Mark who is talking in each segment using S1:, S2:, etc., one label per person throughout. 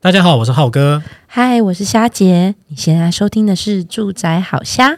S1: 大家好，我是浩哥。
S2: 嗨，我是虾姐，你现在收听的是《住宅好虾》。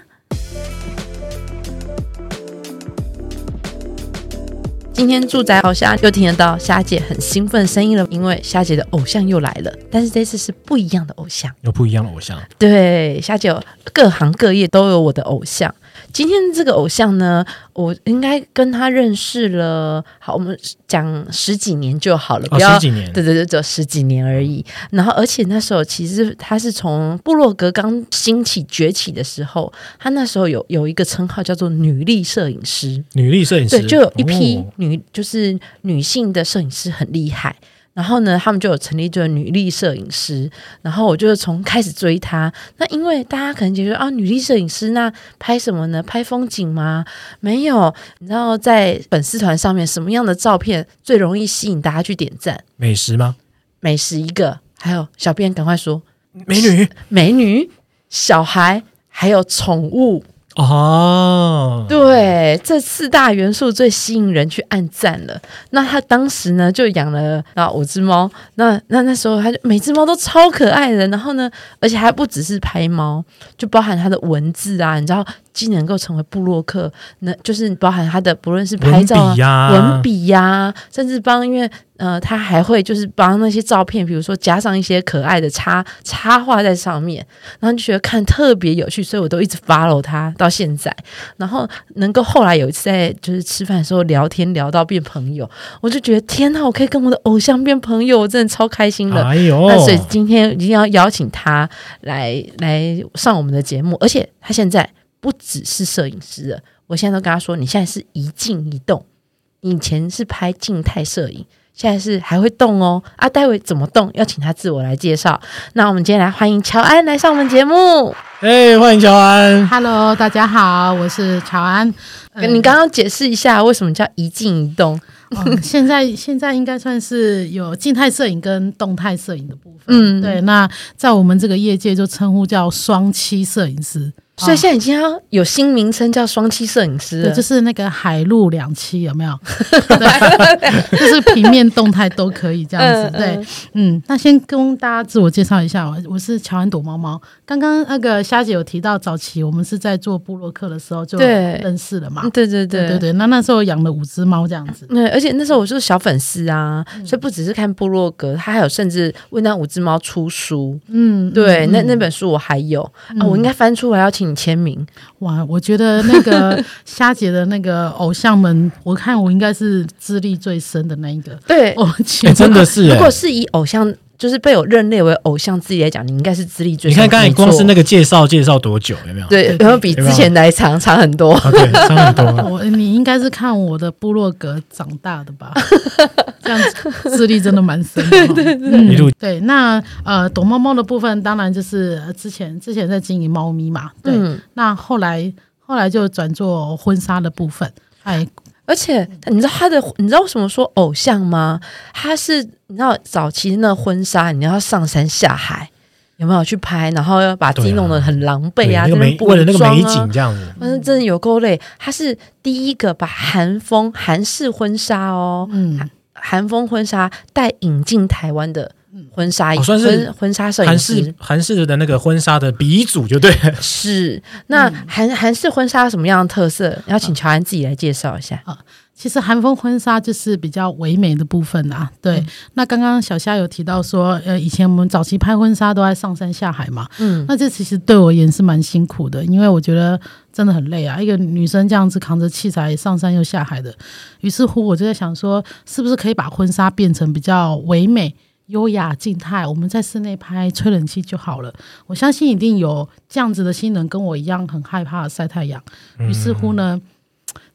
S2: 今天住宅好虾又听得到虾姐很兴奋的声音了，因为虾姐的偶像又来了，但是这次是不一样的偶像。
S1: 有不一样的偶像，
S2: 对，虾姐有各行各业都有我的偶像。今天这个偶像呢，我应该跟他认识了，好，我们讲十几年就好了，
S1: 哦，
S2: 不要、
S1: 十几年，
S2: 对对对，只有十几年而已。然后，而且那时候其实他是从部落格刚兴起崛起的时候，他那时候有有一个称号叫做“女力摄影师
S1: 女力摄”，影师，
S2: 对，就有一批
S1: 哦
S2: 女、就是女性的摄影师很厉害。然后呢，他们就有成立这个女力摄影师。然后我就是从开始追她。那因为大家可能觉得啊，女力摄影师那拍什么呢？拍风景吗？没有，你知道在粉丝团上面什么样的照片最容易吸引大家去点赞？
S1: 美食吗？
S2: 美食一个，还有小编赶快说
S1: 美女
S2: 美女、小孩，还有宠物。
S1: 哦，
S2: 对，这四大元素最吸引人去按赞了。那他当时呢就养了啊五只猫，那那那时候他就每只猫都超可爱的，然后呢，而且还不只是拍猫，就包含它的文字啊，你知道，既能够成为部落客，那就是包含它的不论是拍
S1: 文
S2: 照啊、
S1: 笔呀，
S2: 文，笔呀、甚至帮，因为呃，他还会就是帮那些照片，比如说加上一些可爱的插插画在上面，然后就觉得看特别有趣，所以我都一直 follow 他到现在。然后能够后来有一次在就是吃饭的时候聊天聊到变朋友，我就觉得天呐，我可以跟我的偶像变朋友，我真的超开心的。
S1: 哎呦，
S2: 那所以今天一定要邀请他来来上我们的节目，而且他现在不只是摄影师了，我现在都跟他说，你现在是一静一动，你以前是拍静态摄影，现在是还会动哦。啊，待会怎么动，要请他自我来介绍。那我们今天来欢迎乔安来上我们节目。
S1: 哎，欢迎乔 安，
S3: Hello，大家好，我是乔安。呃
S2: 嗯你刚刚解释一下为什么叫一静一动？
S3: 哦现在现在应该算是有静态摄影跟动态摄影的部分。
S2: 嗯
S3: 对。那在我们这个业界就称呼叫双栖摄影师，
S2: 所以
S3: 哦
S2: 现在已经要有新名称叫双栖摄影师了，
S3: 对，就是那个海陆两栖有 没有？对，就是平面动态都可以这样子。对，嗯，那先跟大家自我介绍一下，我我是乔安躲猫猫。刚刚那个虾姐有提到，早期我们是在做布洛克的时候就
S2: 对
S3: 认识了嘛
S2: 嗯，。对对对
S3: 对对，那那时候养了五只猫这样子。
S2: 对，而且那时候我是小粉丝啊，
S3: 嗯
S2: 所以不只是看部落格，他还有甚至为那五只猫出书。
S3: 嗯，
S2: 对，那
S3: 嗯
S2: 那本书我还有啊，
S3: 嗯
S2: 我应该翻出来要请你签名。
S3: 哇，我觉得那 个虾姐的那个偶像们，我看我应该是资历最深的那一个。
S2: 对，
S3: 我觉
S1: 哎，
S3: 得
S1: 真的是，
S2: 哦如
S1: 哎
S2: 果是以偶像，就是被我认列为偶像自己来讲，你应该是资历最
S1: 你
S2: 深的
S1: 看
S2: 没错。
S1: 刚才光是那个介绍介绍多久，有没有？
S2: 对，
S3: 对
S2: 然后比
S1: 对
S2: 之前来长长很多。
S1: 啊，对，差很 多。
S3: 我你应该是看我的部落格长大的吧？这样子资历真的蛮深的哦。对
S1: 一路
S3: 对，那呃，躲猫猫的部分，当然就是呃之前之前在经营猫咪嘛。对，
S2: 嗯，
S3: 那后来后来就转做婚纱的部分。哎，
S2: 而且你知道他的，你知道为什么说偶像吗？他是你知道早期那婚纱，你要上山下海，有没有去拍？然后要把自己
S1: 对啊
S2: 弄得很狼狈
S1: 对
S2: 啊，
S1: 那个
S2: 这边
S1: 美，
S2: 补
S1: 为了那个
S2: 妆
S1: 美
S2: 啊
S1: 景这样子，
S2: 但是真的有够累。他是第一个把韩风韩式婚纱哦，
S3: 嗯，
S2: 韩风婚纱带引进台湾的婚纱，
S1: 哦算是
S2: 婚婚纱摄影
S1: 韩
S2: 师
S1: 式韩式的那个婚纱的鼻祖，就对了。
S2: 是。那韩韩式婚纱有什么样的特色？要请乔安自己来介绍一下。
S3: 其实韩风婚纱就是比较唯美的部分啊。对，
S2: 嗯
S3: 那刚刚小虾有提到说，呃，以前我们早期拍婚纱都在上山下海嘛，
S2: 嗯，
S3: 那这其实对我而言是蛮辛苦的，因为我觉得真的很累啊，一个女生这样子扛着器材上山又下海的，于是乎我就在想说，是不是可以把婚纱变成比较唯美。优雅静态，我们在室内拍吹冷气就好了。我相信一定有这样子的新人跟我一样很害怕晒太阳，于是乎呢，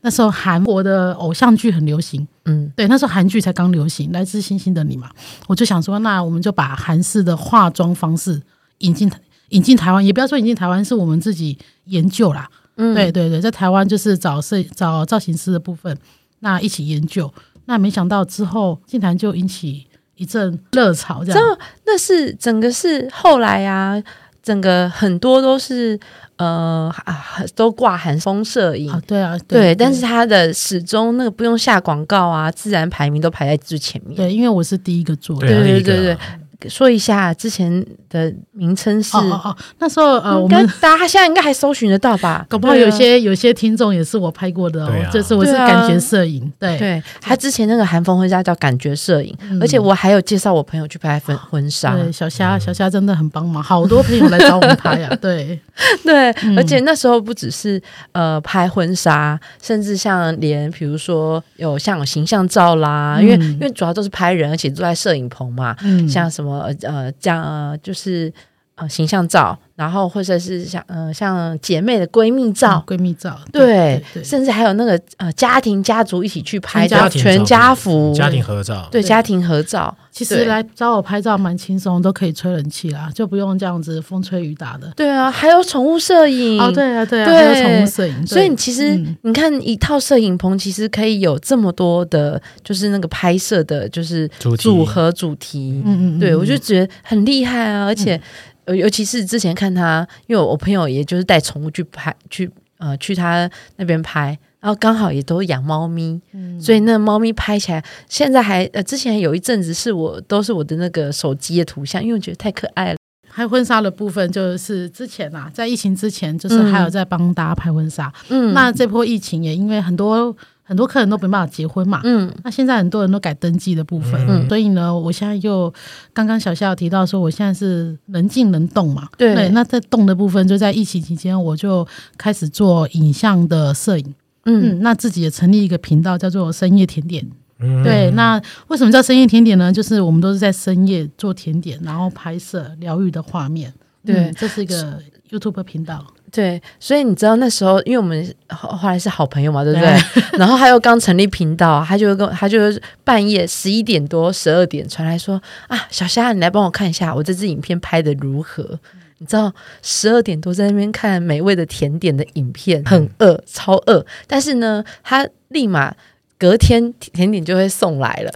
S3: 那时候韩国的偶像剧很流行，
S2: 嗯，
S3: 对，那时候韩剧才刚流行，《来自星星的你》嘛，我就想说，那我们就把韩式的化妆方式引进引进台湾，也不要说引进台湾，是我们自己研究啦。
S2: 嗯
S3: 对对对，在台湾就是找设找造型师的部分，那一起研究。那没想到之后，竟然就引起一阵热潮，这
S2: 知
S3: 样
S2: 道那是整个是后来啊，整个很多都是呃啊都挂韩风摄影。
S3: 啊，对啊，
S2: 哦对，但是他的始终那个不用下广告啊，自然排名都排在最前面。
S3: 对，因为我是第一个做的，
S1: 对啊
S2: 对
S1: 那
S2: 对
S1: 个啊
S2: 对说一下之前的名称是，
S3: 哦哦哦，那时候呃，我
S2: 应该
S3: 们
S2: 大家现在应该还搜寻得到吧？
S3: 搞不好
S2: 对啊
S3: 有些有些听众也是我拍过的
S1: 对
S3: 哦
S1: 啊，
S3: 这次我是
S2: 对啊
S3: 感觉摄影，对，
S2: 对他之前那个韩风婚纱叫感觉摄影，
S3: 嗯
S2: 而且我还有介绍我朋友去拍婚婚纱，
S3: 对，嗯小虾小虾真的很帮忙，好多朋友来找我们拍 啊，对，
S2: 对，而且那时候不只是呃拍婚纱，甚至像连比如说有像有形象照啦，因为
S3: 嗯
S2: 因为主要都是拍人，而且都在摄影棚嘛，
S3: 嗯，
S2: 像什么呃呃这样呃就是呃形象照，然后或者是像呃像姐妹的闺蜜照
S3: 嗯。闺蜜照，
S2: 对，
S3: 对，对
S2: 甚至还有那个呃家庭家族一起去拍
S1: 家
S2: 的
S1: 庭
S2: 全
S1: 照
S2: 家
S1: 片嗯
S2: 福，
S1: 家庭合照，
S2: 对
S3: 对
S2: 家庭合照，
S3: 其实
S2: 对
S3: 来找我拍照蛮轻松，都可以吹冷气啦，就不用这样子风吹雨打的。
S2: 对啊，还有宠物摄影
S3: 哦，。对啊，对啊，
S2: 对
S3: 还有宠物摄影，对
S2: 所以你其实
S3: 嗯
S2: 你看一套摄影棚，其实可以有这么多的，就是那个拍摄的，就是
S1: 主题
S2: 组合主题。
S3: 嗯嗯，
S2: 对
S3: 嗯
S2: 我就觉得很厉害啊，而且呃尤其是之前看他，因为我朋友也就是带宠物去拍，去呃去他那边拍。然后刚好也都养猫咪，
S3: 嗯
S2: 所以那猫咪拍起来，现在还呃，之前有一阵子是我都是我的那个手机的图像，因为我觉得太可爱了。
S3: 拍婚纱的部分，就是之前啊，在疫情之前，就是还有在帮大家拍婚纱。
S2: 嗯，
S3: 那这波疫情也因为很多很多客人都没办法结婚嘛，
S2: 嗯
S3: 那现在很多人都改登记的部分，
S2: 嗯
S3: 所以呢，我现在又刚刚小夏有提到说，我现在是能静能动嘛，
S2: 对
S3: 那在动的部分，就在疫情期间，我就开始做影像的摄影，
S2: 嗯
S3: 嗯，那自己也成立一个频道叫做深夜甜点，
S1: 嗯
S3: 对，那为什么叫深夜甜点呢？就是我们都是在深夜做甜点，然后拍摄疗愈的画面，
S2: 对
S3: 嗯这是一个 YouTube 频道，
S2: 对，所以你知道那时候，因为我们后后来是好朋友嘛，对不
S3: 啊
S2: 对？ 然后他又刚成立频道，他就跟他就半夜十一点多、十二点传来说啊，小虾，你来帮我看一下我这支影片拍的如何。你知道十二点多在那边看美味的甜点的影片，
S3: 嗯
S2: 很饿，超饿。但是呢，他立马隔天甜点就会送来了，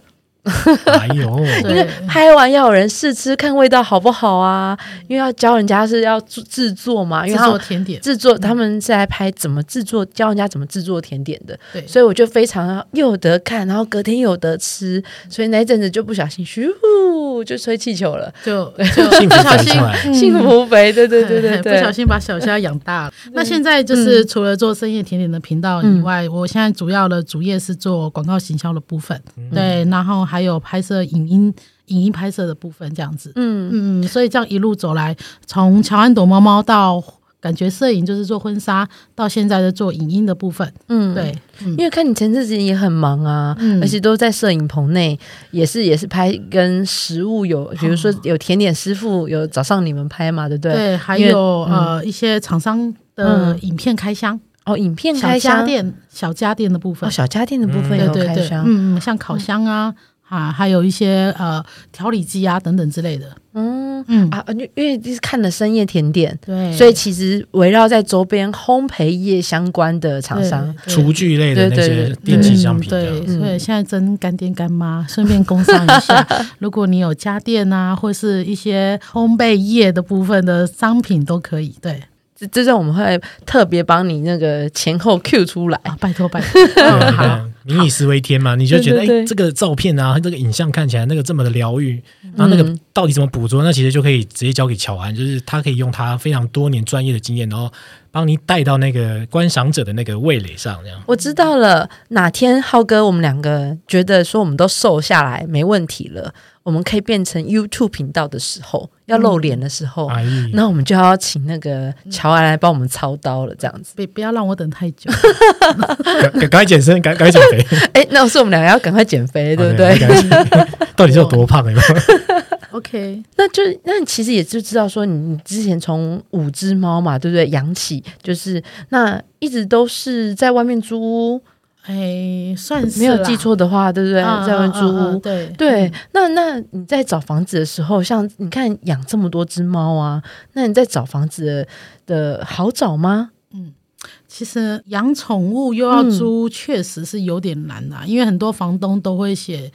S1: 哎 呦，
S2: 因为拍完要有人试吃看味道好不好啊，因为要教人家是要制制作嘛，因
S3: 制
S2: 为他
S3: 作甜 点，
S2: 制作，他们是来拍怎么制作，教人家怎么制作甜点的，
S3: 对，
S2: 所以我就非常又有得看，然后隔天又有得吃，所以那一阵子就不小心咻就吹气球了，
S3: 就就
S1: 幸
S3: 不
S1: 福
S3: 小
S1: 感
S3: 心
S1: 出。来，
S2: 幸福肥，对 对
S3: 嘿
S2: 对对对，
S3: 嘿嗯
S2: 嗯
S3: 不小心把小虾养大 了。那现在就是除了做深夜甜点的频道以外，我现在主要的主业是做广告行销的部分，
S2: 嗯
S3: 对，然后还有拍摄影音、影音拍摄的部分这样子。
S2: 嗯，
S3: 嗯嗯，所以这样一路走来，从乔安躲猫猫到感觉摄影，就是做婚纱，到现在的做影音的部分，
S2: 嗯，
S3: 对，嗯
S2: 因为看你前阵子也很忙啊，
S3: 嗯
S2: 而且都在摄影棚内，也是也是拍跟食物有，
S3: 哦
S2: 比如说有甜点师傅有找上你们拍嘛，对不对？
S3: 对，还
S2: 因为嗯
S3: 有呃一些厂商的影片开箱，
S2: 哦，影片
S3: 小
S2: 开
S3: 家
S2: 箱
S3: 店小家电的部分
S2: 哦，，小家电的部分
S1: 嗯
S2: 有
S3: 对对
S2: 开
S3: 对，
S2: 箱，
S3: 嗯嗯，像烤箱啊。啊，还有一些呃调理机啊等等之类的，
S2: 嗯
S3: 嗯，
S2: 啊，因为因为就是看了深夜甜点，
S3: 对，
S2: 所以其实围绕在周边烘焙业相关的厂
S3: 对
S2: 商，
S3: 对
S1: 厨具类的那
S2: 对对
S1: 些
S2: 对
S1: 电器商品这
S3: 对，
S1: 样，
S2: 嗯
S3: 所以现在真干爹干妈，顺便工商 一下，如果你有家电啊，或是一些烘焙业的部分的商品都可以。对
S2: 这这种我们会特别帮你那个前后 Q 出来。
S3: 啊，拜托拜 托，
S1: 对
S3: 嗯
S1: 对
S3: 好，
S1: 啊民以食为天嘛，你就觉得
S2: 对
S1: 哎，
S2: 对对
S1: 这个照片啊，这个影像看起来那个这么的疗愈，那那个
S2: 嗯
S1: 到底怎么捕捉？那其实就可以直接交给乔安，就是他可以用他非常多年专业的经验，然后帮你带到那个观赏者的那个味蕾上，这样。
S2: 我知道了，哪天浩哥我们两个觉得说我们都瘦下来没问题了，我们可以变成 YouTube 频道的时候，要露脸的时
S3: 嗯
S2: 候，
S1: 哎，
S2: 哦那我们就要请那个乔安来帮我们操刀了，这样 子。
S3: 别 不要让我等太久。
S1: 赶赶快减身，赶赶快减肥，哦
S2: 哎，那是我们两个要赶快减肥，对不对？哦
S1: 赶快减 肥到底是有多胖？有没哦有
S3: OK，
S2: 那就那你其实也就知道说你，你之前从五只猫嘛，对不对？养起就是那一直都是在外面租屋，
S3: 哎，算是
S2: 没有
S3: 啦
S2: 记，错的话，对不对？
S3: 嗯
S2: 在外面租屋。
S3: 嗯嗯嗯对
S2: 对，那那你在找房子的时候，像你看养这么多只猫啊，那你在找房子的的好找吗？
S3: 其实养宠物又要
S2: 嗯
S3: 租，确实是有点难啦、因为很多房东都会写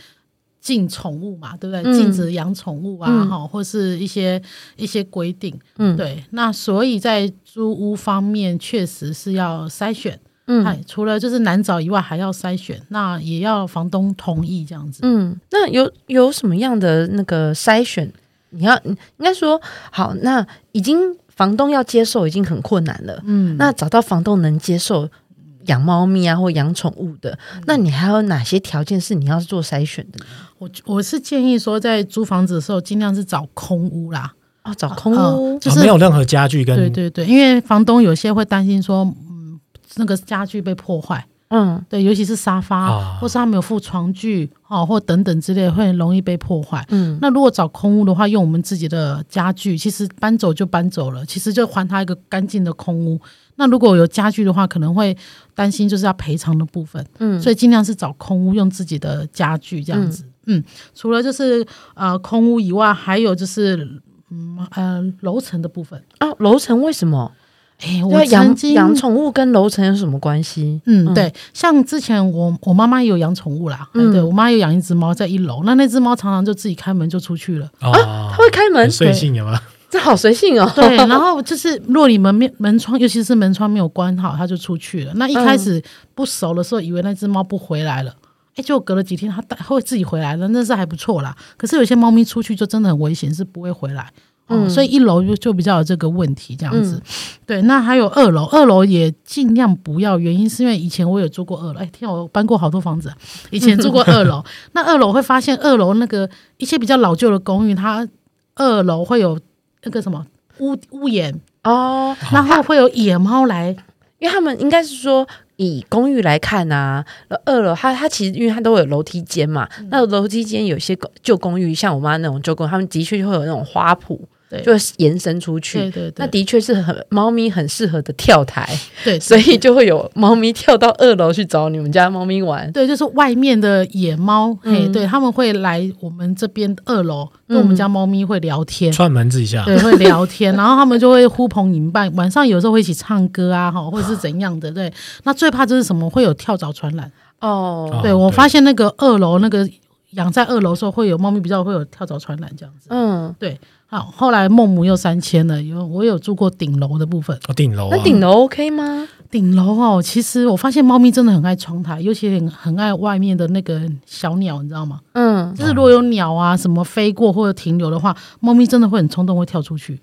S3: 禁宠物嘛，对不对？
S2: 嗯
S3: 禁止养宠物啊，
S2: 嗯
S3: 哈、或是一些一些规定。
S2: 嗯，，
S3: 对，那所以在租屋方面，确实是要筛选。哎
S2: 嗯，
S3: 除了就是难找以外，还要筛选，那也要房东同意这样子。
S2: 嗯，那有有什么样的那个筛选你要应该说好，那已经房东要接受已经很困难了，
S3: 嗯，
S2: 那找到房东能接受养猫咪啊或养宠物的，
S3: 嗯
S2: 那你还有哪些条件是你要做筛选的呢？
S3: 我我是建议说，在租房子的时候，尽量是找空屋啦，
S2: 哦，找空
S3: 嗯
S2: 屋，
S3: 就是
S1: 啊没有任何家具跟
S3: 对对对，因为房东有些会担心说，嗯，那个家具被破坏，
S2: 嗯，
S3: 对，尤其是沙发，
S1: 啊
S3: 或是他没有附床具哦，或等等之类，会很容易被破坏。
S2: 嗯，
S3: 那如果找空屋的话，用我们自己的家具，其实搬走就搬走了，其实就还他一个干净的空屋。那如果有家具的话，可能会担心就是要赔偿的部分，
S2: 嗯
S3: 所以尽量是找空屋，用自己的家具这样子。嗯，除了就是呃空屋以外，还有就是嗯呃楼层的部分。
S2: 啊，楼层为什么？对
S3: 哎，
S2: 啊
S3: 我曾
S2: 养
S3: 经
S2: 养宠物跟楼层有什么关系？
S3: 嗯，对，像之前我我妈妈也有养宠物啦，
S2: 嗯
S3: 嗯、对我妈有养一只猫在一楼，那那只猫常常就自己开门就出去了。
S1: 啊
S2: 它会开门
S1: 很，随性有吗？
S2: 这好随性哦。
S3: 对，然后就是如果你门面门窗，尤其是门窗没有关好，它就出去了。那一开始不熟的时候，以为那只猫不回来了，哎，结果隔了几天它它会自己回来了，那是还不错啦。可是有些猫咪出去就真的很危险，是不会回来。哦、
S2: 嗯
S3: 所以一楼就就比较有这个问题，这样子。对，那还有二楼，二楼也尽量不要，原因是因为以前我有住过二楼，哎，天啊，我搬过好多房子啊，以前住过 二楼。那二楼会发现，二楼那个一些比较老旧的公寓，它二楼会有那个什么屋屋檐，
S2: 哦，
S3: 然后会有野猫来，
S2: 因为他们应该是说，以公寓来看啊，二楼它它其实因为它都有楼梯间嘛，
S3: 嗯
S2: 那楼梯间有些公旧公寓，像我妈那种旧公寓，他们的确就会有那种花圃，
S3: 对
S2: 就会延伸出去
S3: 对。对
S2: 那
S3: 对，
S2: 的确是很猫咪很适合的跳台，
S3: 对，
S2: 所以就会有猫咪跳到二楼去找你们家猫咪玩。
S3: 对，就是外面的野猫，嘿，
S2: 嗯
S3: 对，他们会来我们这边二楼跟我们家猫咪会聊天。
S1: 串门子一下，
S3: 对，会聊天，然后他们就会呼朋引伴，晚上有时候会一起唱歌啊，哈，或者是怎样的，对。那最怕就是什么，会有跳蚤传染。
S1: 哦
S2: 哦，
S3: 对我
S1: 对
S3: 发现那个二楼那个养在二楼的时候，会有猫咪比较会有跳蚤传染这样子。
S2: 嗯，
S3: 好，后来孟母又三迁了，有我有住过顶楼的部分。
S1: 哦顶楼啊
S2: 那，顶楼 OK 吗？
S3: 顶楼哦，其实我发现猫咪真的很爱窗台，尤其很很爱外面的那个小鸟，你知道吗？
S2: 嗯
S3: 就是如果有鸟啊什么飞过或者停留的话，猫咪真的会很冲动，会跳出去。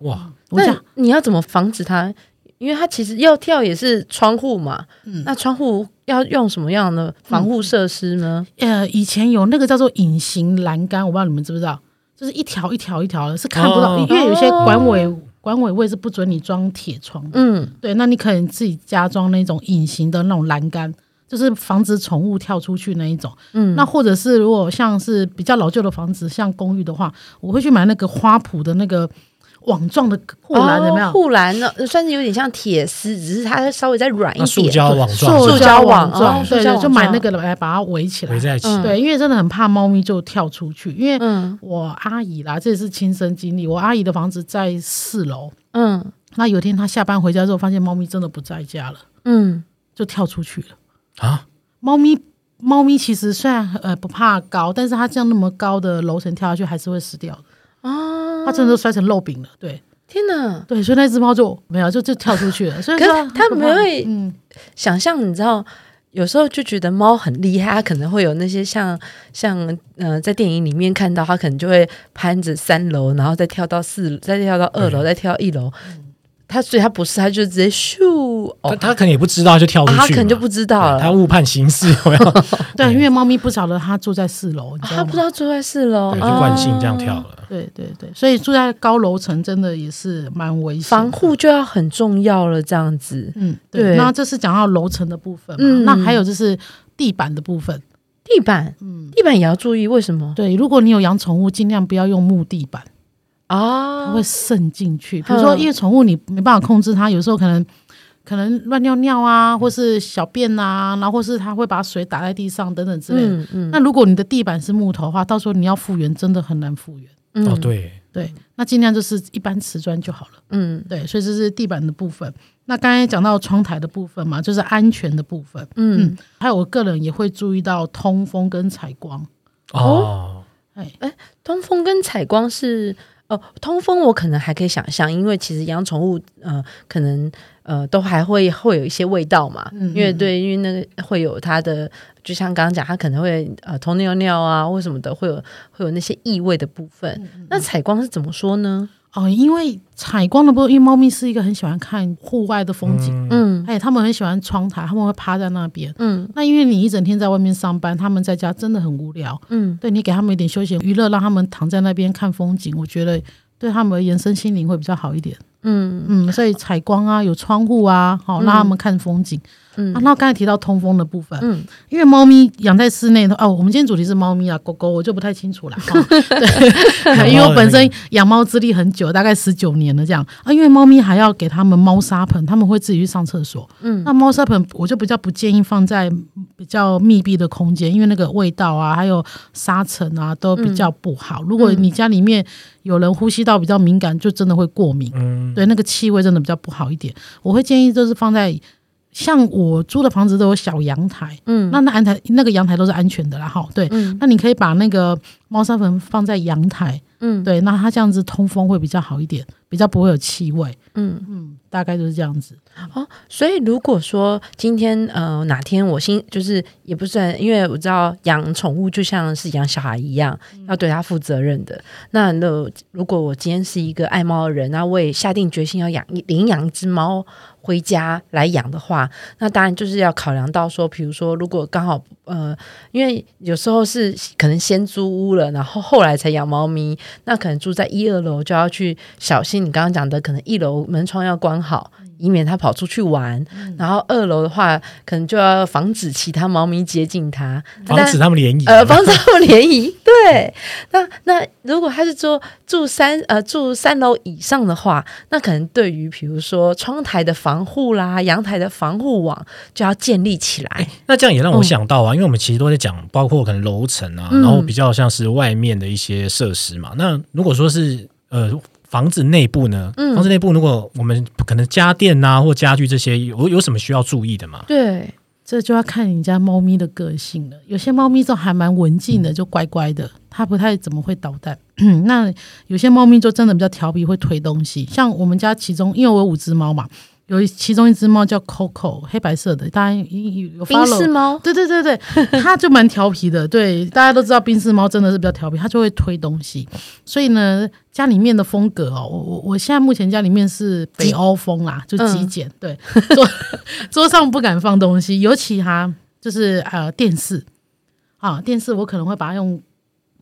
S1: 哇，
S3: 我
S2: 那
S3: 想，
S2: 你要怎么防止它？因为它其实要跳也是窗户嘛，那窗户要用什么样的防护设施呢？
S3: 呃，以前有那个叫做隐形栏杆，我不知道你们知不知道，就是一条一条一条的，是看不到，
S1: 哦
S3: 因为有些管委管委会是不准你装铁窗的。
S2: 嗯，
S3: 对，那你可能自己加装那种隐形的那种栏杆，就是防止宠物跳出去那一种。
S2: 嗯
S3: 那或者是如果像是比较老旧的房子，像公寓的话，我会去买那个花圃的那个网状的护栏，
S2: 哦
S3: 有没有？
S2: 护栏呢，算是有点像铁丝，只是它稍微再软一
S1: 那
S2: 点。
S1: 塑胶网状
S2: 塑
S1: 是
S3: 塑
S1: 不是
S2: 胶
S3: 胶
S2: 网
S3: 网
S2: 哦
S3: 状，对
S2: 塑胶
S3: 对，
S2: 网
S3: 就买
S2: 状
S3: 那个来把它围起来
S1: 围。在一起，啊
S2: 嗯
S3: 对，因为真的很怕猫咪就跳出去，因为
S2: 嗯
S3: 我阿姨啦，这也是亲身经历。我阿姨的房子在四楼，
S2: 嗯
S3: 那有一天她下班回家之后，发现猫咪真的不在家了，
S2: 嗯，
S3: 就跳出去了。
S1: 啊，
S3: 猫咪猫咪其实虽然呃不怕高，但是它这样那么高的楼层跳下去还是会死掉的。
S2: 哦，
S3: 它真的都摔成肉饼了，对
S2: 天哪！
S3: 对，所以那只猫就没有就就跳出去了。所 以
S2: 可
S3: 说
S2: 是它
S3: 很可
S2: 没
S3: 怕
S2: 会
S3: 嗯，
S2: 想象，你知道，有时候就觉得猫很厉害，它可能会有那些像像呃，在电影里面看到，它可能就会攀着三楼，然后再跳到四，再跳到二楼，再跳到一楼。它所以它不是，它就直接咻哦，
S1: 他他可能也不知道就跳出去
S2: 啊
S1: 嘛，
S2: 它可能就不知道了，啊
S1: 他误判形势， 我要
S3: 哦对，因为猫咪不晓得它住在四楼，你
S2: 嗯啊
S3: 知
S2: 它
S3: 道
S2: 不
S3: 吗
S2: 知？道住在四楼，
S1: 对就惯性这样
S2: 哦
S1: 跳了，
S3: 对对对，所以住在高楼层真的也是蛮危险
S2: 防
S3: 的。
S2: 护就要很重要了，这样子。
S3: 嗯，
S2: 对
S3: 对。那这是讲到楼层的部分嘛，
S2: 嗯
S3: 那还有就是地板的部分。
S2: 地板，地板也要注意，为什么？
S3: 对，如果你有养宠物，尽量不要用木地板。它
S2: 啊
S3: 会，渗进去。比如说，
S2: 嗯
S3: 因为宠物你没办法控制它，有时候可能可能乱尿尿
S2: 嗯
S3: 啊，或是小便啊，然后或是它会把水打在地上等等之类的。
S2: 嗯嗯
S3: 那如果你的地板是木头的话，到时候你要复原真的很难复原。
S2: 嗯
S1: 哦，对，
S3: 对，那尽量就是一般瓷砖就好了。
S2: 嗯
S3: 对，所以这是地板的部分。那刚才讲到窗台的部分嘛，就是安全的部分，
S2: 嗯，
S3: 还有我个人也会注意到通风跟采光。哎
S1: 哦，
S2: 通风跟采光呃是。哦，通风我可能还可以想象，因为其实养宠物，呃，可能呃，都还会会有一些味道嘛，
S3: 嗯
S2: 因为对，因为那个会有它的，就像刚刚讲，它可能会呃偷尿尿啊或什么的，会有会有那些异味的部分。
S3: 嗯
S2: 那采光是怎么说呢？
S3: 哦，因为采光的部分，因为猫咪是一个很喜欢看户外的风景，
S1: 嗯
S2: 嗯
S3: 哎，他们很喜欢窗台，他们会趴在那边。
S2: 嗯
S3: 那因为你一整天在外面上班，他们在家真的很无聊，
S2: 嗯
S3: 对你给他们一点休闲娱乐，让他们躺在那边看风景，我觉得对他们而言身心灵会比较好一点。
S2: 嗯
S3: 嗯，所以采光啊，有窗户啊，好、让他们看风景。啊，
S2: 嗯
S3: 那刚才提到通风的部分，
S2: 嗯
S3: 因为猫咪养在室内的哦，我们今天主题是猫咪啊，狗狗我就不太清楚了，哈对， 因为我本身养猫资历很久，大概十九年了这样啊。因为猫咪还要给它们猫砂盆，它们会自己去上厕所。
S2: 嗯
S3: 那猫砂盆我就比较不建议放在比较密闭的空间，因为那个味道啊，还有沙尘啊都比较不好。
S2: 嗯
S3: 如果你家里面有人呼吸道比较敏感，就真的会过敏。
S1: 嗯，
S3: 对，那个气味真的比较不好一点。我会建议就是放在像我租的房子都有小阳台，
S2: 嗯
S3: 那那阳台那个阳台都是安全的啦，哈，对。
S2: 嗯
S3: 那你可以把那个猫砂盆放在阳台，
S2: 嗯
S3: 对，那它这样子通风会比较好一点，比较不会有气味，
S2: 嗯。
S3: 嗯，大概就是这样子。
S2: 所以，如果说今天呃哪天我心就是也不是很，因为我知道养宠物就像是养小孩一样，要对它负责任的。那那如果我今天是一个爱猫的人，那啊我也下定决心要养一领养一只猫回家来养的话，那当然就是要考量到说，比如说如果刚好呃，因为有时候是可能先租屋了，然后后来才养猫咪，那可能住在一二楼就要去小心你刚刚讲的，可能一楼门窗要关好。以免它跑出去玩。然后二楼的话，可能就要防止其他猫咪接近它，
S1: 防止他们联谊啊
S2: 呃防止它们联谊。对，那那如果它是住住三呃住三楼以上的话，那可能对于比如说窗台的防护啦、阳台的防护网就要建立起来。
S1: 那这样也
S3: 嗯
S1: 让我想到啊，因为我们其实都在讲，包括可能楼层啊，
S2: 嗯
S1: 然后比较像是外面的一些设施嘛。那如果说是呃房子内部呢，
S2: 嗯
S1: 房子内部如果我们可能家电呐、或家具这些有有什么需要注意的吗？
S2: 对，
S3: 这就要看你家猫咪的个性了。有些猫咪都还蛮文静的，就乖乖的，它不太怎么会捣蛋。 那有些猫咪就真的比较调皮，会推东西。像我们家其中，因为我有五只猫嘛，有一其中一只猫叫 Coco，黑白色的，大家有有有
S2: 冰室
S3: follow。
S2: 猫，
S3: 对对对对，它就蛮调皮的。对，大家都知道冰丝猫真的是比较调皮，它就会推东西。所以呢，家里面的风格哦，我我我现在目前家里面是北嗯欧风啦，就极简。对，桌 桌上不敢放东西，尤其它就是呃电视啊，电视我可能会把它用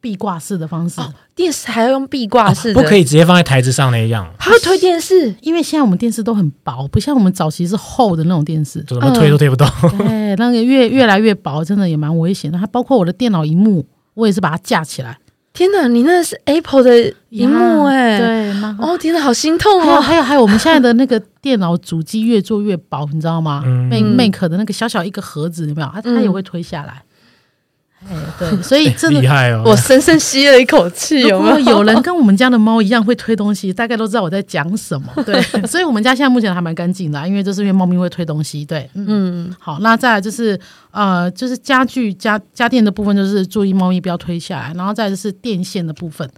S3: 壁挂式的方式，
S2: 电视还要用壁
S3: 啊
S2: 挂式的，
S1: 啊不可以直接放在台子上那样，
S2: 还要推电视。
S3: 因为现在我们电视都很薄，不像我们早期是厚的那种电视。
S1: 怎么推都推不动。
S3: 对，那个越越来越薄，真的也蛮危险的。它包括我的电脑荧幕，我也是把它架起来。
S2: 天哪，你那是 Apple 的荧幕
S3: 呀
S2: 哎、
S3: 对，蛮好。
S2: 哦天哪，好心痛
S3: 还有
S2: 哦！
S3: 还有还有，我们现在的那个电脑主机越做越薄，你知道吗
S1: 嗯
S3: ？Make Make 的那个小小一个盒子，有没有？啊它
S2: 嗯
S3: 它也会推下来。哎， 对，所以真 的
S1: 厉，害哦！
S2: 我深深吸了一口气，有
S3: 如
S2: 没
S3: 果
S2: 有？
S3: 有人跟我们家的猫一样会推东西，大概都知道我在讲什 么。对，所以我们家现在目前还蛮干净的啊，因为就是因为猫咪会推东西。对，嗯。
S2: 嗯
S3: 好，那再来就是呃，就是家具家家电的部分，就是注意猫咪不要推下来，然后再来就是电线的部分，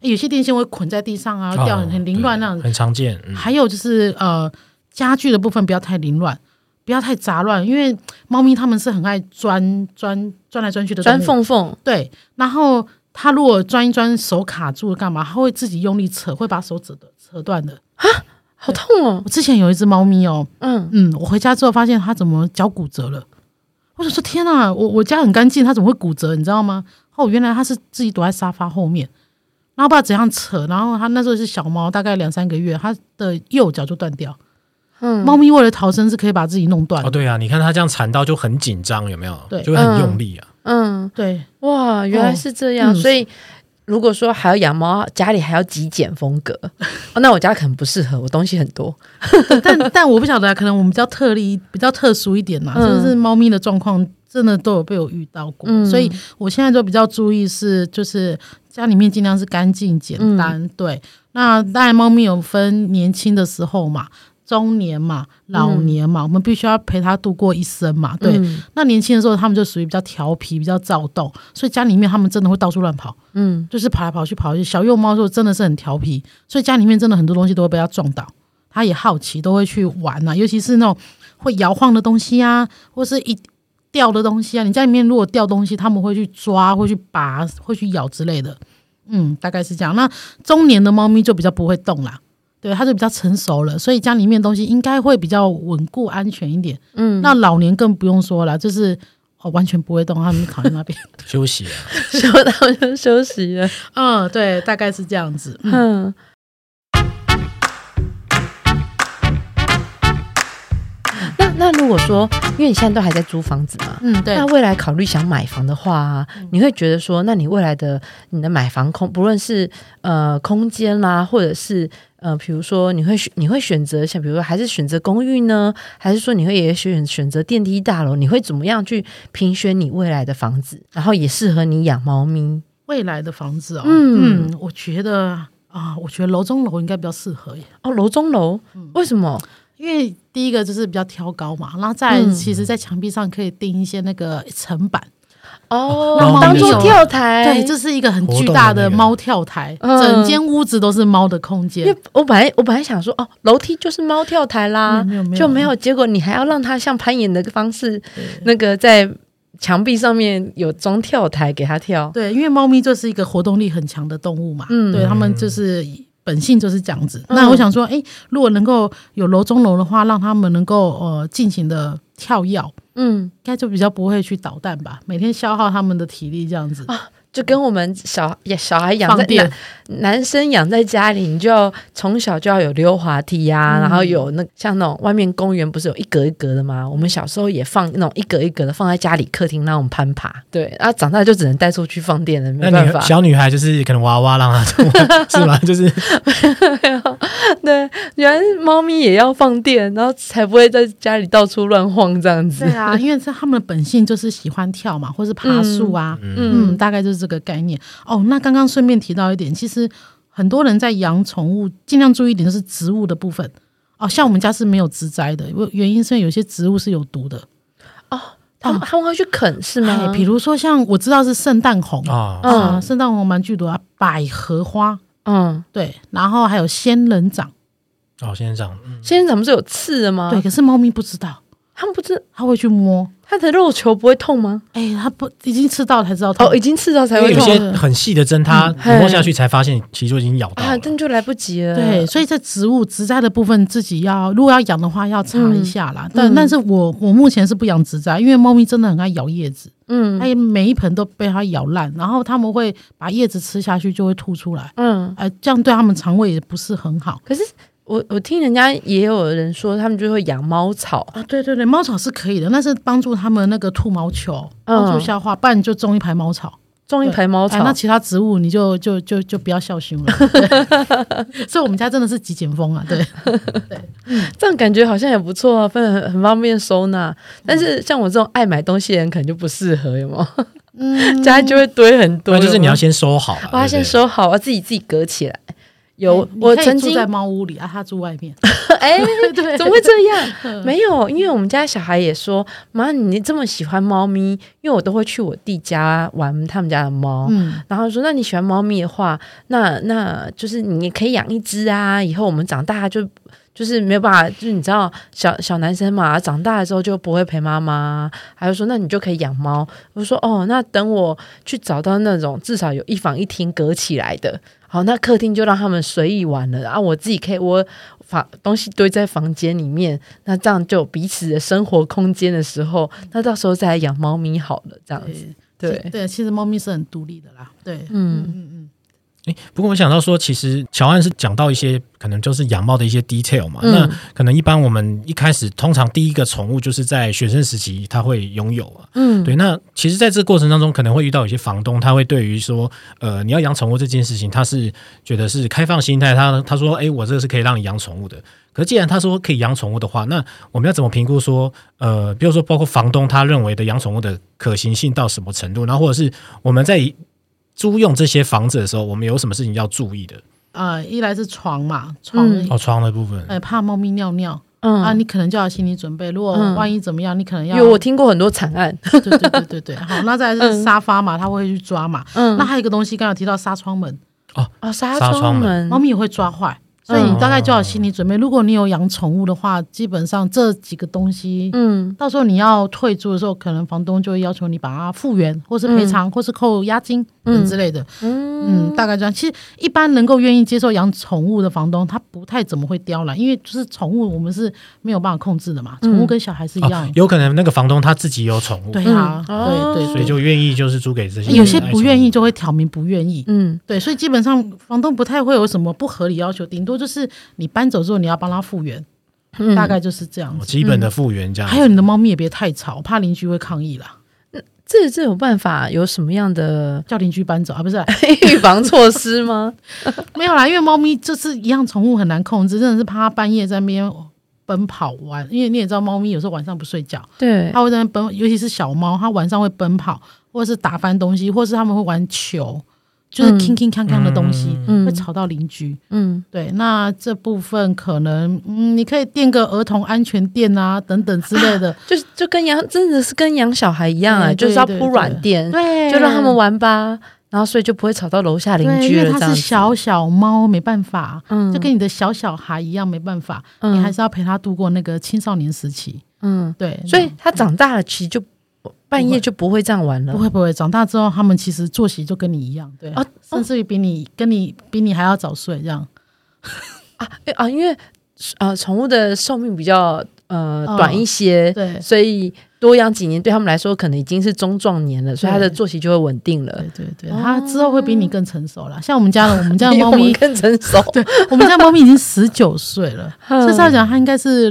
S3: 诶有些电线会捆在地上啊，
S1: 哦
S3: 掉很很凌乱那样
S1: 对
S3: 子。
S1: 很常见。嗯
S3: 还有就是呃，家具的部分不要太凌乱，不要太杂乱，因为猫咪它们是很爱钻钻钻来钻去的，
S2: 钻。缝缝，
S3: 对，然后它如果钻一钻手卡住了干嘛，它会自己用力扯，会把手扯的扯断的。
S2: 好痛哦。
S3: 我之前有一只猫咪哦，
S2: 嗯，
S3: 嗯，我回家之后发现它怎么脚骨折了，我就说天啊，我我家很干净，它怎么会骨折？你知道吗？哦，原来它是自己躲在沙发后面，然后不知道怎样扯，然后它那时候是小猫，大概两三个月，它的右脚就断掉。
S2: 嗯
S3: 猫咪为了逃生是可以把自己弄断的。
S1: 哦，对啊，你看他这样缠到就很紧张，有没有？
S3: 对
S1: 就会很用力啊。
S2: 嗯，
S3: 对
S2: 哇，原来
S3: 哦
S2: 是这样。
S3: 嗯
S2: 所以如果说还要养猫，家里还要极简风 格，哦那我家可能不适合，我东西很多。
S3: 但但我不晓得啊，可能我们比较特例、比较特殊一点嘛，啊
S2: 嗯
S3: 就是猫咪的状况真的都有被我遇到过，
S2: 嗯
S3: 所以我现在就比较注意是，就是家里面尽量是干净简
S2: 嗯
S3: 单。对，那当然猫咪有分年轻的时候嘛。中年嘛，老年嘛，我们必须要陪它度过一生嘛。对，
S2: 嗯
S3: 那年轻的时候，他们就属于比较调皮、比较躁动，所以家里面他们真的会到处乱跑，
S2: 嗯
S3: 就是跑来跑去、跑来跑去。小幼猫就真的是很调皮，所以家里面真的很多东西都会被它撞倒，他也好奇，都会去玩啊，尤其是那种会摇晃的东西啊，或是一掉的东西啊，你家里面如果掉东西，他们会去抓，会去拔，会去咬之类的。嗯，大概是这样。那中年的猫咪就比较不会动啦，对，它就比较成熟了，所以家里面的东西应该会比较稳固、安全一点。
S2: 嗯，
S3: 那老年更不用说了，就是哦，完全不会动，他们就躺在那边。
S2: 嗯
S1: 休息啊。
S2: 休他们就休息了。
S3: 嗯，对，大概是这样子。嗯
S2: 嗯。那那如果说，因为你现在都还在租房子嘛，
S3: 嗯，对嗯
S2: 那，未来考虑想买房的话、啊，你会觉得说，那你未来的你的买房空，不论是呃空间啦，或者是呃，比如说你会选你会选择像比如说还是选择公寓呢，还是说你会也选选择电梯大楼？你会怎么样去评选你未来的房子，然后也适合你养猫咪？
S3: 未来的房子哦，
S2: 嗯
S3: 嗯我觉得啊，我觉得楼中楼应该比较适合耶，
S2: 哦，楼中楼，
S3: 嗯
S2: 为什么？
S3: 因为第一个就是比较挑高嘛，然后再来
S2: 嗯
S3: 其实在墙壁上可以钉一些那个层板，
S2: 哦，
S1: 然后
S2: 当做
S3: 那个
S2: 跳台，
S3: 对，这是一个很巨大的猫跳台，
S2: 活动的那个
S3: 整间屋子都是猫的空
S2: 因
S3: 间
S2: 为。我本来我本来想说，哦，楼梯就是猫跳台啦，
S3: 没有啊没有
S2: 啊就没有。结果你还要让它像攀岩的方式，那个在墙壁上面有装跳台给它跳。
S3: 对，因为猫咪就是一个活动力很强的动物嘛，
S2: 嗯
S3: 对它们就是本性就是这样子。那我想说，诶，如果能够有楼中楼的话，让它们能够呃尽情的跳跃，
S2: 嗯，
S3: 应该就比较不会去捣蛋吧，每天消耗它们的体力这样子。
S2: 就跟我们小小孩养在
S3: 放电
S2: 男男生养在家里，你就要从小就要有溜滑梯呀、
S3: 嗯
S2: 然后有那像那种外面公园不是有一格一格的吗？我们小时候也放那种一格一格的放在家里客厅让我们攀爬。对，啊，长大就只能带出去放电了，
S1: 那
S2: 没办
S1: 女
S2: 法。
S1: 小女孩就是可能娃娃让她是吗？就是
S2: 对，原来是猫咪也要放电，然后才不会在家里到处乱晃这样子
S3: 对。啊，因为是它们的本性就是喜欢跳嘛，或是爬树啊，嗯，
S2: 嗯
S3: 大概就是这个概念。哦，那刚刚顺便提到一点，其实很多人在养宠物，尽量注意一点就是植物的部分。哦，像我们家是没有植栽的，因为原因是因为有些植物是有毒的，
S2: 他
S1: 嗯
S2: 们他们会去啃是吗？
S3: 哎比如说像我知道是圣诞红
S1: 哦，
S3: 啊，
S2: 嗯
S3: 圣诞红蛮剧毒啊，百合花
S2: 嗯，
S3: 对，然后还有仙人掌，
S1: 哦，先生这样，嗯
S2: 仙人掌不是有刺的吗？
S3: 对，，可是猫咪不知道，
S2: 他们不知
S3: 它会去摸，
S2: 它的肉球不会痛吗？
S3: 哎，它不已经吃到才知道痛
S2: 哦，已经刺到才
S1: 因为
S2: 会
S1: 有
S2: 痛
S1: 些很细的针，它
S2: 嗯
S1: 摸下去才发现，其实就已经咬到
S2: 啊，
S1: 了。
S2: 真就来不及了。
S3: 对，，所以在植物植栽的部分，自己要如果要养的话，要查一下啦。但
S2: 嗯
S3: 但是我我目前是不养植栽，因为猫咪真的很爱咬叶子，
S2: 嗯
S1: 哎
S3: 它也每一盆都被它咬烂，然后它们会把叶子吃下去就会吐出来，
S2: 嗯。
S3: 哎、这样对它们肠胃也不是很好。
S2: 可是我我听人家也有人说，他们就会养猫草。
S3: 啊，对对对，猫草是可以的，那是帮助它们那个吐毛球，帮助
S2: 嗯
S3: 消化，不然你就种一排猫草。
S2: 种一排猫
S3: 哎
S2: 草，，
S1: 啊
S3: 那其他植物你就就就就不要孝心了。 对 所以我们家真的是极简风啊，对，
S2: 这样感觉好像也不错啊，分很很方便收纳。
S1: 嗯
S2: 但是像我这种爱买东西的人，可能就不适合，有没有？
S3: 嗯，
S2: 家就会堆很多。
S1: 对，就是你
S2: 有没有
S1: 要先收好啊，
S2: 我要
S1: 对
S2: 先
S1: 不对。哎
S2: 收好，我自己自己隔起来。有
S3: 你
S2: 我
S3: 可以
S2: 曾
S3: 住
S2: 经
S3: 在猫屋里啊，它住外 面。
S2: 哎，
S3: 对
S2: 怎么会这样？没有，因为我们家小孩也说，妈，你这么喜欢猫咪，因为我都会去我弟家玩他们家的猫。
S3: 嗯，
S2: 然后说，那你喜欢猫咪的话，那那就是你也可以养一只啊。以后我们长大就就是没有办法，就是你知道小小男生嘛，长大了之后就不会陪妈妈。还有说，那你就可以养猫。我说哦，那等我去找到那种至少有一房一厅隔起来的，好，那客厅就让他们随意玩了啊。我自己可以我房东西堆在房间里面，那这样就有彼此的生活空间的时候，那到时候再来养猫咪好了，这样子对。
S3: 其对，其实猫咪是很独立的啦。对，
S2: 嗯
S3: 嗯
S1: 诶不过我想到说，其实乔安是讲到一些可能就是养猫的一些 detail 嘛，
S2: 嗯
S1: 那可能一般我们一开始通常第一个宠物就是在学生时期他会拥有啊，
S2: 嗯，
S1: 对，那其实在这过程当中，可能会遇到有些房东，他会对于说，呃，你要养宠物这件事情，他是觉得是开放心态，他他说，哎，我这个是可以让你养宠物的。可既然他说可以养宠物的话，那我们要怎么评估说，呃，比如说包括房东他认为的养宠物的可行性到什么程度，然后或者是我们在租用这些房子的时候，我们有什么事情要注意的？
S3: 嗯，呃，一来是床嘛，床，
S2: 嗯
S1: 哦，床的部分，
S3: 哎，怕猫咪尿尿
S2: 嗯
S3: 啊，你可能就要有心理准备，如果
S2: 嗯
S3: 万一怎么样，你可能要
S2: 有我听过很多惨案，
S3: 对对对对对，好，那再来
S2: 嗯
S3: 是沙发嘛，它会去抓嘛。
S2: 嗯
S3: 那还有一个东西，刚刚有提到纱窗门，
S2: 哦，纱
S1: 纱窗
S2: 门
S3: 猫咪也会抓坏，所
S2: 嗯
S3: 以你大概就要有心理准备。如果你有养宠物的话，基本上这几个东西，
S2: 嗯
S3: 到时候你要退租的时候，可能房东就会要求你把它复原，或是赔偿，或是扣押金等之类的。嗯大概这样。其实一般能够愿意接受养宠物的房东，他不太怎么会刁难，因为就是宠物我们是没有办法控制的嘛，宠物跟小孩是一样
S1: 哦
S3: 的。
S1: 有可能那个房东他自己有宠物，
S3: 嗯对啊，
S2: 嗯哦
S3: 对对对，
S1: 所以就愿意就是租给这些
S3: 有些不愿
S1: 意
S3: 意就会挑明不愿意。
S2: 嗯
S3: 对，所以基本上房东不太会有什么不合理要求，顶多就是你搬走之后你要帮他复原，
S2: 嗯，
S3: 大概就是这样
S1: 哦
S3: 子。
S1: 基本的复原这样。
S3: 嗯还有你的猫咪也别太吵，我怕邻居会抗议啦，
S2: 这这种办法有什么样的
S3: 叫邻居搬走啊，不是啊、
S2: 预防措施吗？
S3: 没有啦，因为猫咪就是一样宠物很难控制，真的是怕它半夜在那边奔跑玩，因为你也知道猫咪有时候晚上不睡觉，
S2: 对，
S3: 它会在那边奔，尤其是小猫，它晚上会奔跑，或是打翻东西，或是它们会玩球，就是
S2: 嗯
S3: king king 康康的东西，
S2: 嗯
S3: 会吵到邻居。
S2: 嗯
S3: 对，那这部分可能，嗯，你可以垫个儿童安全垫啊，等等之类的，
S2: 就是就跟养真的是跟养小孩一样啊、
S3: 对
S2: 就是要
S3: 对
S2: 铺
S3: 对
S2: 软垫，
S3: 对，
S2: 就让他们玩吧，然后所以就不会吵到楼下邻
S3: 对，
S2: 居
S3: 因为
S2: 了。这
S3: 它
S2: 样
S3: 是
S2: 子，
S3: 小小猫，没办法，
S2: 嗯
S3: 就跟你的小小孩一样，没办法，你还
S2: 嗯
S3: 是要陪他度过那个青少年时期。
S2: 嗯，
S3: 对，
S2: 所以他长大了其实就半夜就不会这样玩
S3: 不
S2: 了。
S3: 会不会，长大之后他们其实作息就跟你一样，对，
S2: 哦
S3: 甚至于比你跟你比你还要早睡这样。
S2: 哎啊，因为呃，宠物的寿命比较呃
S3: 哦
S2: 短一些，
S3: 对
S2: 所以多养几年对他们来说可能已经是中壮年了，所以它的
S3: 对
S2: 作息就会稳定了
S3: 对。对对，
S2: 哦
S3: 他之后会比你更成熟啦。像我 们家的，我们家的猫
S2: 比我们
S3: 咪，
S2: 更成熟，
S3: 对我们家猫咪已经十九岁了，
S2: 嗯
S3: 所以照讲它应该是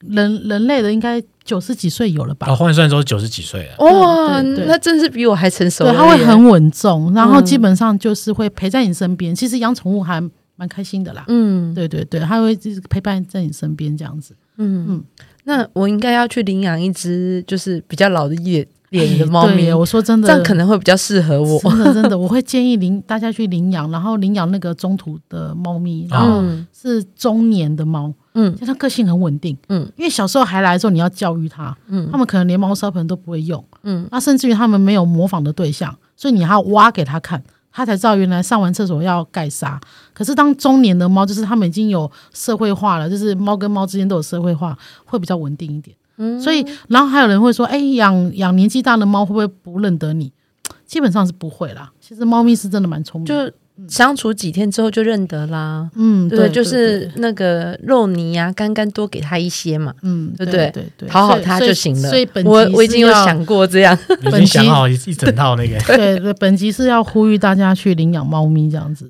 S3: 人人类的应该九十几岁有了吧
S1: 哦，？换算之后九十几 岁了，
S2: 哇，
S3: 对对
S2: 那真是比我还成熟了
S3: 对，
S2: 耶。
S3: 它会很稳重，然后
S2: 嗯
S3: 基本上就是会陪在你身边。其实养宠物还蛮开心的啦。
S2: 嗯
S3: 对对对，它会就是陪伴在你身边这样子。
S2: 嗯。那我应该要去领养一只就是比较老的野脸的
S3: 哎
S2: 猫咪
S3: 对，我说真
S2: 这
S3: 的，
S2: 样可能会比较适合我。
S3: 真的真的，我会建议领大家去领养，然后领养那个中途的猫咪，然后
S1: 哦
S2: 嗯
S3: 是中年的猫，
S2: 嗯
S3: 像它个性很稳定。
S2: 嗯，
S3: 因为小时候还来的时候，你要教育它，
S2: 嗯
S3: 它们可能连猫砂盆都不会用。
S2: 嗯，
S3: 那甚至于他们没有模仿的对象，所以你还要挖给他看，他才知道原来上完厕所要盖沙。可是当中年的猫，就是他们已经有社会化了，就是猫跟猫之间都有社会化，会比较稳定一点。
S2: 嗯
S3: 所以，然后还有人会说，哎，养养年纪大的猫会不会不认得你？基本上是不会啦。其实猫咪是真的蛮聪明的，
S2: 就嗯相处几天之后就认得啦。
S3: 嗯，
S2: 对，就
S3: 对
S2: 是那个肉泥啊，干干多给它一些嘛，
S3: 嗯，
S2: 对不
S3: 对
S2: 对
S3: 对对，
S2: 讨好
S3: 所以
S2: 它
S3: 所以
S2: 就行了。
S3: 所以本
S2: 我
S3: 集
S2: 我已
S3: 是
S2: 经有
S3: 要
S2: 想过这样，
S1: 已经想好一一整套那个。
S3: 对对，本集是要呼吁大家去领养猫咪这样子。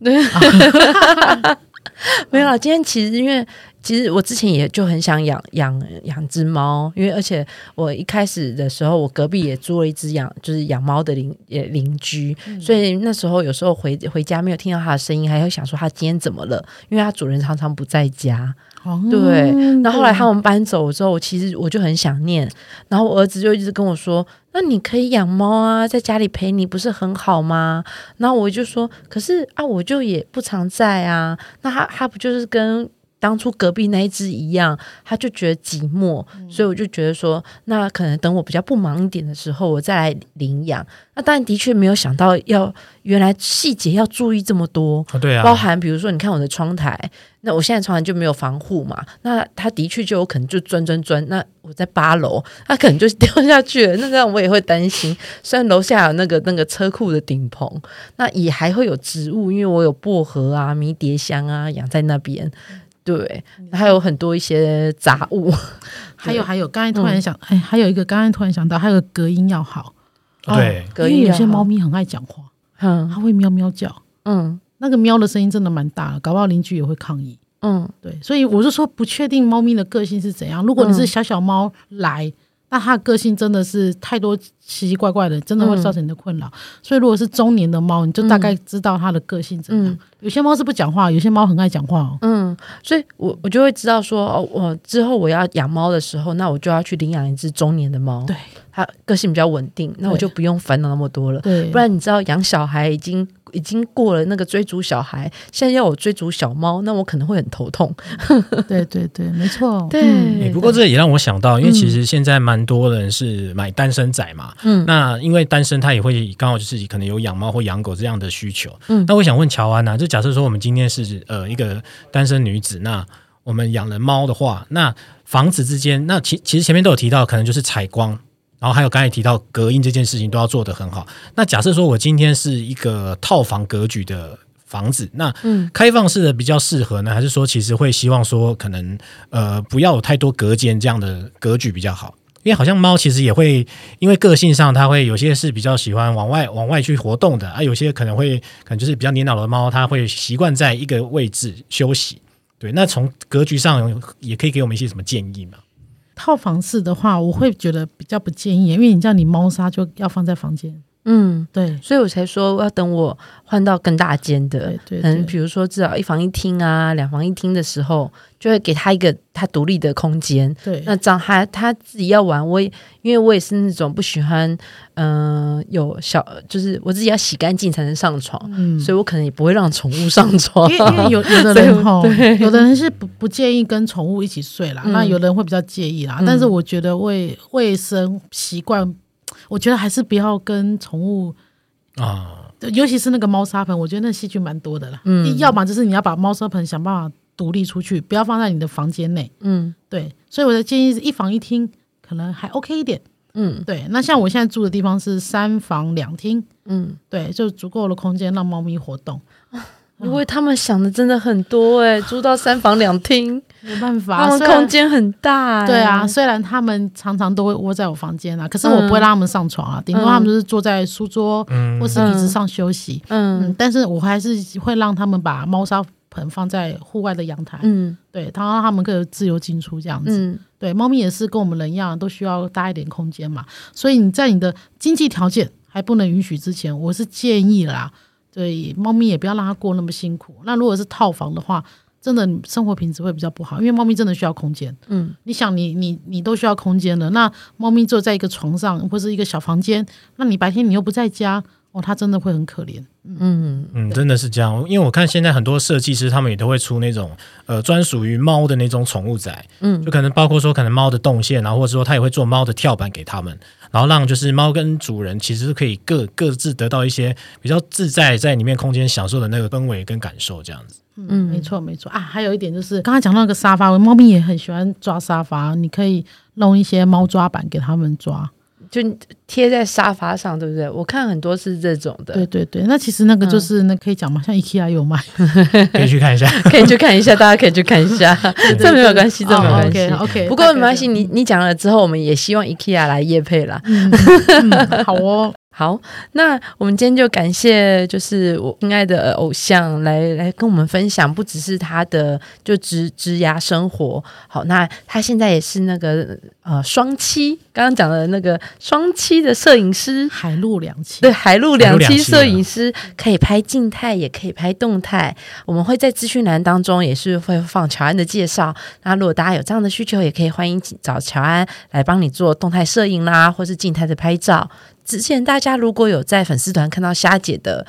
S2: 没有啦。今天其实因为其实我之前也就很想养养养只猫，因为而且我一开始的时候，我隔壁也租了一只养就是养猫的邻也邻居，所以那时候有时候回回家没有听到它的声音，还会想说它今天怎么了，因为它主人常常不在家。
S3: 哦
S2: 对
S3: 对
S2: 那后来他们搬走之后，我其实我就很想念，然后我儿子就一直跟我说：“那你可以养猫啊，在家里陪你不是很好吗？”然后我就说：“可是啊，我就也不常在啊，那他他不就是跟当初隔壁那一只一样，他就觉得寂寞，所以我就觉得说，那可能等我比较不忙一点的时候，我再来领养。那当然的确没有想到要原来细节要注意这么多，
S1: 哦对啊，
S2: 包含比如说，你看我的窗台，那我现在窗台就没有防护嘛，那它的确就有可能就钻钻钻。那我在八楼，它可能就掉下去了，那这样我也会担心。虽然楼下有那个那个车库的顶棚，那也还会有植物，因为我有薄荷啊、迷迭香啊养在那边，对，
S3: 嗯
S2: 还有很多一些杂物。
S3: 还有还有，刚才突然
S2: 嗯
S3: 想，哎，还有一个，刚才突然想到，还有个隔音要好，
S1: 哦对，
S2: 隔
S3: 因
S2: 音
S3: 为有
S2: 要
S3: 些
S2: 好
S3: 猫，咪很爱讲话，
S2: 嗯
S3: 它会喵喵叫，
S2: 嗯
S3: 那个喵的声音真的蛮大的，搞不好邻居也会抗议。
S2: 嗯
S3: 对，所以我就说不确定猫咪的个性是怎样。如果你是
S2: 嗯
S3: 小小猫来，那它的个性真的是太多奇奇怪怪的，真的会
S2: 嗯
S3: 造成你的困扰。所以如果是中年的猫，你就大概知道它的个性怎样。
S2: 嗯
S3: 有些猫是不讲话，有些猫很爱讲话哦。
S2: 嗯，所以我我就会知道说，哦，我之后我要养猫的时候，那我就要去领养一只中年的猫。
S3: 对
S2: 它个性比较稳定，那我
S3: 对
S2: 就不用烦恼那么多了。
S3: 对，
S2: 不然你知道养小孩已经已经过了那个追逐小孩，现在要我追逐小猫，那我可能会很头痛。
S3: 对对对，没错，
S2: 对
S3: 嗯
S1: 欸不过这也让我想到，因为其实现在蛮多人是买单身仔嘛，嗯，那因为单身他也会刚好就是可能有养猫或养狗这样的需求，嗯，那我想问乔安呐、就假设说我们今天是呃一个单身女子，那我们养了猫的话，那房子之间，那其其实前面都有提到，可能就是采光。然后还有刚才提到隔音这件事情都要做得很好。那假设说我今天是一个套房格局的房子，那开放式的比较适合呢，还是说其实会希望说可能呃不要有太多隔间这样的格局比较好？因为好像猫其实也会，因为个性上它会有些是比较喜欢往外往外去活动的啊，有些可能会可能就是比较年老的猫，它会习惯在一个位置休息。对，那从格局上也可以给我们一些什么建议吗？
S3: 套房式的话，我会觉得比较不建议，因为你叫你猫砂就要放在房间，
S2: 嗯，
S3: 对
S2: 所以我才说我要等我换到更大间的嗯
S3: 对，对
S2: 可能
S3: 对
S2: 比如说至少一房一厅啊，两房一厅的时候，就会给它一个它独立的空间。
S3: 对，
S2: 那这样他他自己要玩，我也因为我也是那种不喜欢，嗯、有小就是我自己要洗干净才能上床，
S3: 嗯
S2: 所以我可能也不会让宠物上床。
S3: 因为因为有有的人吼，有的人是不不建议跟宠物一起睡啦，
S2: 嗯
S3: 那有的人会比较介意啦。
S2: 嗯
S3: 但是我觉得卫卫生习惯，我觉得还是不要跟宠物，
S1: 啊、
S3: 尤其是那个猫砂盆，我觉得那细菌蛮多的啦。
S2: 嗯
S3: 要么就是你要把猫砂盆想办法独立出去，不要放在你的房间内。
S2: 嗯
S3: 对，所以我的建议是一房一厅，可能还 OK 一点。
S2: 嗯
S3: 对，那像我现在住的地方是三房两厅，
S2: 嗯，
S3: 对，就足够的空间让猫咪活动。
S2: 因为他们想的真的很多哎、租到三房两厅，
S3: 没办法，
S2: 他们
S3: 虽然
S2: 空间很大、欸。
S3: 对啊，，虽然他们常常都会窝在我房间啊，可是我不会让他们上床啊，顶多他们就是坐在书桌
S1: 嗯
S3: 或是椅子上休息。
S2: 嗯
S3: 嗯，但是我还是会让他们把猫砂盆放在户外的阳台，
S2: 嗯
S3: 对，然后让他们可以自由进出这样子。
S2: 嗯
S3: 对，猫咪也是跟我们人一样，都需要大一点空间嘛。所以你在你的经济条件还不能允许之前，我是建议啦，对，猫咪也不要让它过那么辛苦。那如果是套房的话，真的生活品质会比较不好，因为猫咪真的需要空间。
S2: 嗯，
S3: 你想你，你你都需要空间了，那猫咪坐在一个床上或是一个小房间，那你白天你又不在家，哦，它真的会很可怜。
S2: 嗯，
S1: 嗯，真的是这样，因为我看现在很多设计师他们也都会出那种呃专属于猫的那种宠物宅，嗯，就可能包括说可能猫的动线，啊然后或者说他也会做猫的跳板给他们，然后让就是猫跟主人其实是可以各各自得到一些比较自在在里面空间享受的那个氛围跟感受这样子。
S3: 嗯，没错没错啊。还有一点就是，刚刚讲到那个沙发，猫咪也很喜欢抓沙发，你可以弄一些猫抓板给它们抓。
S2: 就贴在沙发上，对不对？我看很多是这种
S3: 对
S2: 的，嗯
S3: 对对，那其实那个就是、那可以讲嘛，像 IKEA 有卖，
S1: 可以去看一下，
S2: 可以去看一下，大家可以去看一 下，这没有关系，这没有关系。
S3: 哦 OK OK，
S2: 不过没关系，
S3: 嗯
S2: 你你讲了之后，我们也希望 IKEA 来夜配啦。
S3: 好哦，
S2: 好，那我们今天就感谢，就是我亲爱的偶像来来跟我们分享，不只是他的就职职涯生活。好，那他现在也是那个呃双栖，刚刚讲的那个双栖的摄影师，
S3: 海陆两栖
S2: 对，海陆两
S1: 海陆两
S2: 栖
S1: 栖
S2: 摄影师可以拍静态，也可以拍动态。我们会在资讯栏当中也是会放乔安的介绍。那如果大家有这样的需求，也可以欢迎找乔安来帮你做动态摄影啦，或是静态的拍照。之前大家如果有在粉丝团看到虾姐的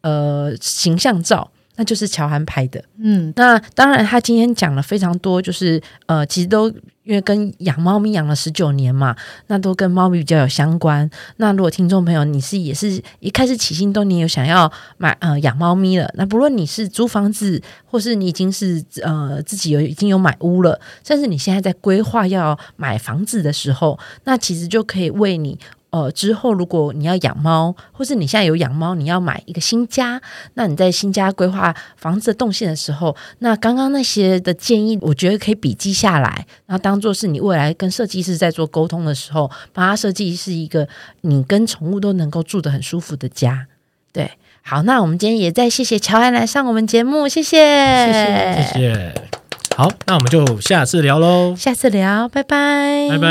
S2: 呃形象照，那就是乔安拍的。
S3: 嗯，
S2: 那当然，他今天讲了非常多，就是呃，其实都因为跟养猫咪养了十九年嘛，那都跟猫咪比较有相关。那如果听众朋友你是也是一开始起心动念有想要买呃养猫咪了，那不论你是租房子，或是你已经是呃自己有已经有买屋了，甚至你现在在规划要买房子的时候，那其实就可以为你。呃，之后如果你要养猫，或是你现在有养猫，你要买一个新家，那你在新家规划房子的动线的时候，那刚刚那些的建议，我觉得可以笔记下来，然后当做是你未来跟设计师在做沟通的时候，帮他设计是一个你跟宠物都能够住得很舒服的家。对，好，那我们今天也再谢谢乔安来上我们节目，谢谢，谢
S1: 谢，谢。好，那我们就下次聊喽。
S2: 下次聊，拜拜，
S1: 拜。拜。